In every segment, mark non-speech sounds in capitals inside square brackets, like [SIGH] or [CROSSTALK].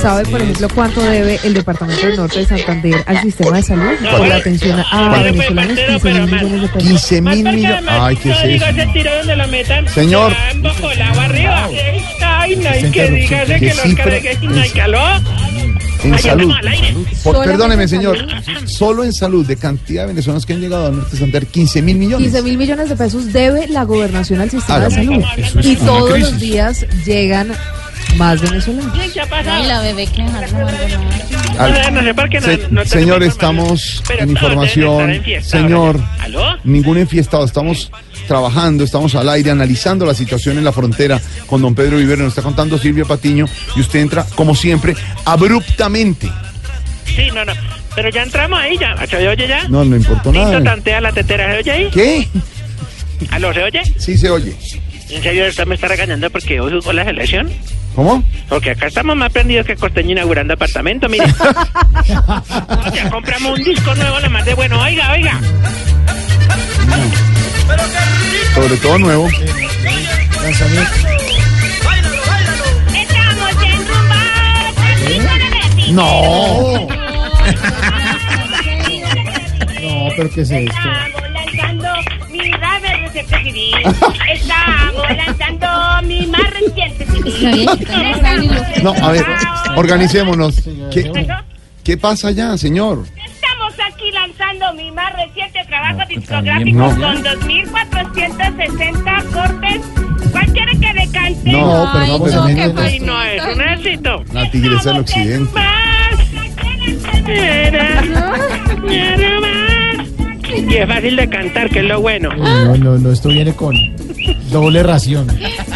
¿Sabe, por ejemplo, cuánto debe el Departamento del Norte de Santander al sistema de salud por la atención a Pero, pues, venezolanos? 15 mil partero, pero más. millones de pesos. 15 Más mil cerca de millones. Madrid, Ay, ¿qué es no digas eso? el tiro donde la metan. Señor. Ya, en Bocolao, arriba. Ay, no hay Esa que interrupción, digas que que sí, los pero- carregues y no hay calor. En Ay, salud. estamos al aire. Por- Solamente perdóneme, en señor. Solo en salud, de cantidad de venezolanos que han llegado al norte de Santander, 15 mil millones. 15 mil millones de pesos debe la gobernación al sistema de Hágame. salud. Eso es Y una todos crisis. los días llegan más venezolanos. ¿Qué ha pasado? Ay, la bebé que dejaron. Al- No, no, no, porque no- Se- no tenemos señor, información. estamos Pero en todos deben información. estar en fiesta ahora. señor, ¿Aló? ningún enfiestado. Estamos trabajando, estamos al aire, analizando la situación en la frontera con don Pedro Vivero. Nos está contando Silvia Patiño y usted entra, como siempre, abruptamente. Sí, no, no. Pero ya entramos ahí, ya. ¿Se oye ya? No, no importó Tito nada. tantea la tetera, ¿se oye ahí? ¿Qué? ¿Aló, se oye? Sí se oye. ¿En serio usted me está regañando porque hoy jugó la selección? ¿Cómo? Porque acá estamos más prendidos que Costeño inaugurando apartamento, mire. ya compramos un disco nuevo, la más de bueno. Oiga, oiga. Sobre todo nuevo. Estamos en rumba, Tacito de Messi. No. No, pero ¿qué es esto? Estamos lanzando mi rabe reciente [LAUGHS] civil. Estamos lanzando mi más reciente civil. No, a ver, organicémonos. ¿Qué, qué pasa ya, señor? Estamos aquí lanzando mi más reciente trabajo discográfico no. con 2460 cortes. ¿Cuál quiere que le cante? No, pues, pero Ay, no, no, pero qué mira, Ay, no, es un éxito. la tigresa del occidente. Era, era más. Y es fácil de cantar, que es lo bueno. No, no, no, esto viene con doble ración.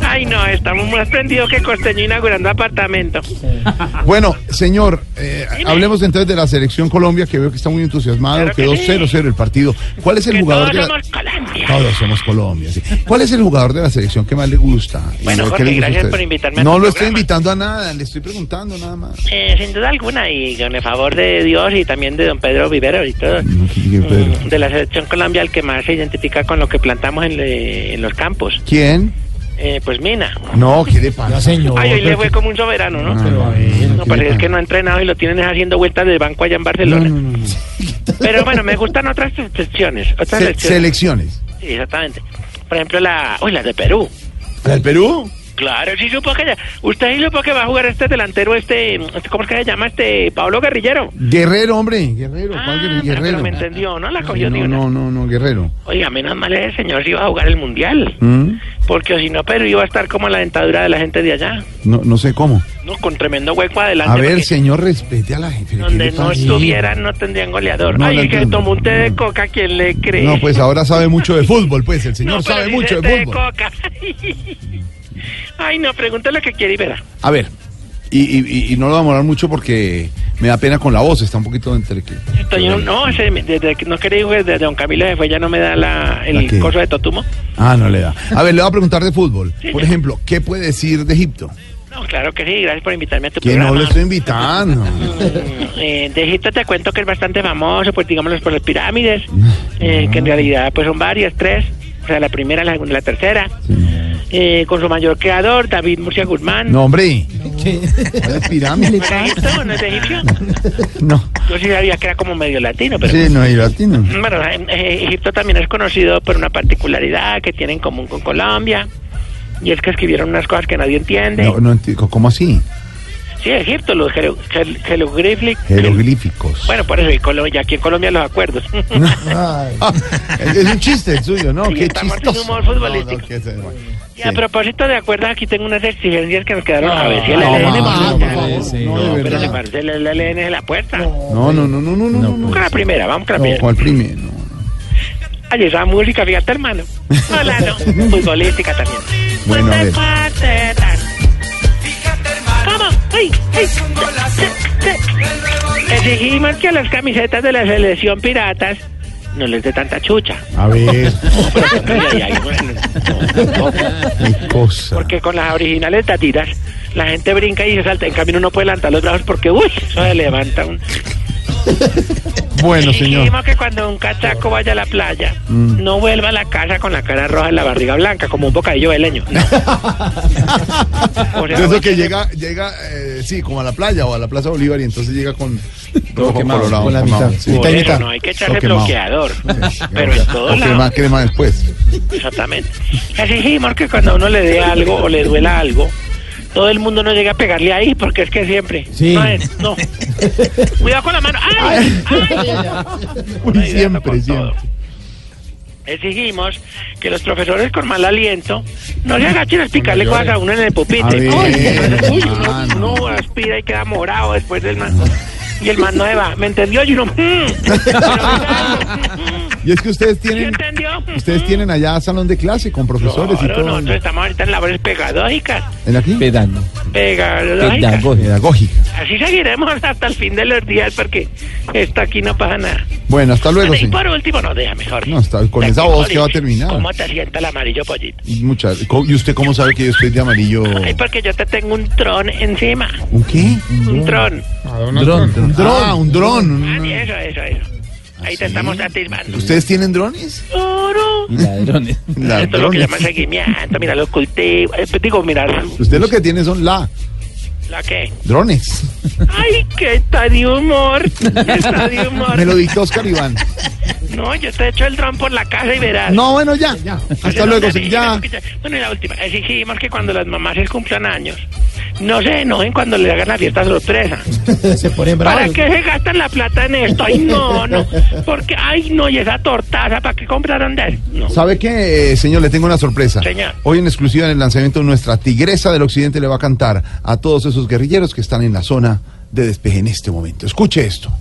Ay, no, estamos más prendidos que Costeño inaugurando apartamento. Bueno, señor, eh, hablemos entonces de la selección Colombia, que veo que está muy entusiasmado, Claro que quedó sí. 0-0 el partido. ¿Cuál es el Que jugador todos de la... somos Colombia. Todos somos Colombia. sí. ¿Cuál es el jugador de la selección que más le gusta? ¿Y Bueno, qué Jorge, le gusta a gracias usted? por invitarme a No tu lo programa. estoy invitando a nada, le estoy preguntando nada más. [LAUGHS] Eh, sin duda alguna, y con el favor de Dios y también de don Pedro Vivero y todo. No, ¿qué dice Pedro? Mm, De la selección Colombia, el que más se identifica con lo que plantamos en, le- en los campos. ¿Quién? Eh, pues Mina. No, ¿qué le Ya, pasa? señor. Ay, hoy le pero fue que- como un soberano, ¿no? Ah, pero a ver, No, ¿qué parece le que pasa? no ha entrenado y lo tienen haciendo vueltas del banco allá en Barcelona. Pero bueno, me gustan otras selecciones. Otras Se- selecciones. selecciones. Sí, exactamente. Por ejemplo, la. Uy, la de Perú. ¿La del Perú? Claro, sí supo que ya- Usted sí supo que va a jugar este delantero, este. este, ¿Cómo es que se llama? Este. Pablo Guerrillero. Guerrero, hombre. Guerrero, Ah, ¿cuál guerrero? pero me guerrero? entendió, ¿no? La cogió de No, una. no, no, no, Guerrero. Oiga, menos mal ese señor si iba a jugar el mundial. ¿Mm? Porque si no, Perú iba a estar como en la dentadura de la gente de allá. No, no sé cómo. No, con tremendo hueco adelante. A ver, porque señor, respete a la gente. ¿Qué le Donde no pasa? estuvieran, no tendrían goleador. No, no Ay, que entiendo. tomó un té de coca, ¿quién le cree? No, pues ahora sabe mucho [LAUGHS] de fútbol, pues el señor No, pero sabe dice mucho té de fútbol. coca. Ay, no, pregúntale lo que quiere y verá. A ver, y, y- y- y no lo va a morar mucho porque me da pena con la voz, está un poquito entre que... Estoy en un- no, se me- desde que no quería ir pues, desde Don Camilo se fue, ya no me da la, ¿La el qué? coso de Totumo. Ah, no le da. A ver, le voy a preguntar de fútbol. Por ya. ejemplo, ¿qué puede decir de Egipto? No, claro que sí, gracias por invitarme a tu Que programa. no le estoy [LAUGHS] invitando. Eh, de Egipto te cuento que es bastante famoso, pues digámoslo por las pirámides, eh, que en realidad pues son varias, tres, o sea, la primera, la segunda, la tercera, eh, con su mayor creador, David Murcia Guzmán. No, hombre. [LAUGHS] ¿Qué? ¿Cuál es ¿No pirámide? es egipto? ¿No [LAUGHS] es egipcio? No. Yo sí sabía que era como medio latino, pero... Sí, no, y latino. Bueno, eh, eh, Egipto también es conocido por una particularidad que tiene en común con Colombia, y es que escribieron unas cosas que nadie entiende. No, no entiendo, ¿Cómo así? Sí, Egipto, los jero- jer- jeroglíficos. Jeroglíficos. [LAUGHS] Bueno, por eso, y Colombia, aquí en Colombia los acuerdos. [LAUGHS] Ay, Ah, es un chiste el suyo, ¿no? Sí, Qué estamos en chistoso. humor futbolístico. que se- bueno, Y sí. a propósito de acuerdo, aquí tengo unas exigencias que nos quedaron a ver si el Ah, no, ALN mamá, pasa. no, Ya, no, no, sí. no, de pero verdad. se parece el el ALN de la puerta. Vamos No, no, no, no, no, no, no, no. con la primera, vamos con la No, primera. ¿Cuál primero? No. Ay, esa música, [LAUGHS] fíjate, hermano. Hola, no. Futbolística también. Bueno, a ver. ¿Cómo? Exigimos que a las camisetas de la selección piratas no les dé [LAUGHS] tanta chucha. A [LAUGHS] ver, Ay, ay, bueno, no, no. qué cosa. Porque con las originales tatitas, la gente brinca y se salta. En cambio, uno puede levantar los brazos porque, uy, eso se levanta. Un... Bueno, señor. Dijimos que cuando un cachaco vaya a la playa, no vuelva a la casa con la cara roja y la barriga blanca, como un bocadillo de leño. No. O sea, De eso que llega, llega eh, sí, como a la playa o a la Plaza Bolívar y entonces llega con rojo quemado, colorado. con la quemado, mitad. sí. Mitad por y eso mitad. no hay que Lo echarle quemado. bloqueador. Sí, Pero en todos o crema, lados. crema después. Exactamente. Exigimos que cuando a uno le dé algo o le duela algo, todo el mundo no llega a pegarle ahí, porque es que siempre. Sí. No, es- no. Cuidado con la mano. ¡Ay! Uy, Una idea siempre, con todo. siempre. Exigimos que los profesores con mal aliento no le agachen a picarle cosas a uno en el A pupitre. ver, Uy, uy, uno, hermano. uno aspira y queda morado después del man. Y el man no se va. ¿Me entendió? Y uno. mm. Pero, mm, Y es que ustedes ¿Sí tienen, entendió? Mm, ustedes tienen allá salón de clase con profesores y Claro, todo. nosotros estamos ahorita en labores pedagógicas. ¿En aquí? Pedando. Pedagógicas. Pedagógico. Pedagógica. Así seguiremos [LAUGHS] hasta el fin de los días porque esto aquí no pasa nada. Bueno, hasta luego, y señor. por último, no, déjame, Jorge. No, hasta con esa voz que va a terminar. ¿Cómo te sienta el amarillo pollito? Y muchas- co- ¿Y usted cómo sabe que yo estoy de amarillo? Ay, porque yo te tengo un tron encima. ¿Un qué? Un tron. Dron. Un dron. Ah, un dron. un- Ah, sí, eso, eso, eso. ¿Ah, Ahí te estamos atisbando. ¿Ustedes tienen drones? Oro. Y ladrones. Esto es lo que Ladrones. llaman seguimiento. Mira los cultivos. Eh, pues, digo, mira, Usted lo que tiene son la ¿la qué? drones. Ay, que está de humor. Está de humor. Me lo dictó Oscar Iván. No, yo te echo el tron por la casa y verás. No, bueno, ya. Hasta Pero luego, no, se- ya. Bueno, y la última. Exigimos que cuando las mamás se cumplan años, no se enojen cuando le hagan la fiesta sorpresa. Se ponen ¿Para bravos. qué se gastan la plata en esto? Ay, no, no. Porque, ay, no, y esa tortaza, ¿para qué compraron de él? No. ¿Sabe qué, eh, señor? Le tengo una sorpresa. Señor. Hoy en exclusiva en el lanzamiento nuestra tigresa del occidente le va a cantar a todos esos guerrilleros que están en la zona de despeje en este momento. Escuche esto.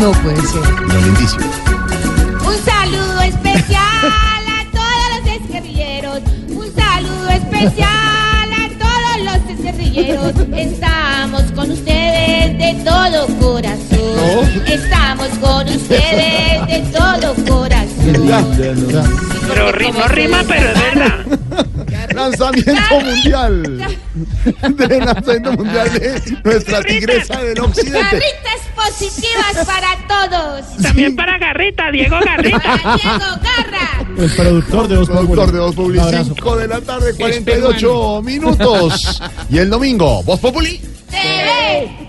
No puede ser. Lo lindísimo. Un saludo especial a todos los exguerrilleros. Un saludo especial a todos los exguerrilleros. Estamos con ustedes de todo corazón. Estamos con ustedes de todo corazón. Pero rima, rima, pero es verdad. Lanzamiento mundial. De lanzamiento mundial de nuestra tigresa del occidente. Garritas positivas para todos. También para Garrita, Diego Garrita. Para Diego Garra. El productor de Voz Productor de Voz Populi, Populi. Un abrazo. 5 de la tarde, 48 minutos. Y el domingo, Voz Populi. TV.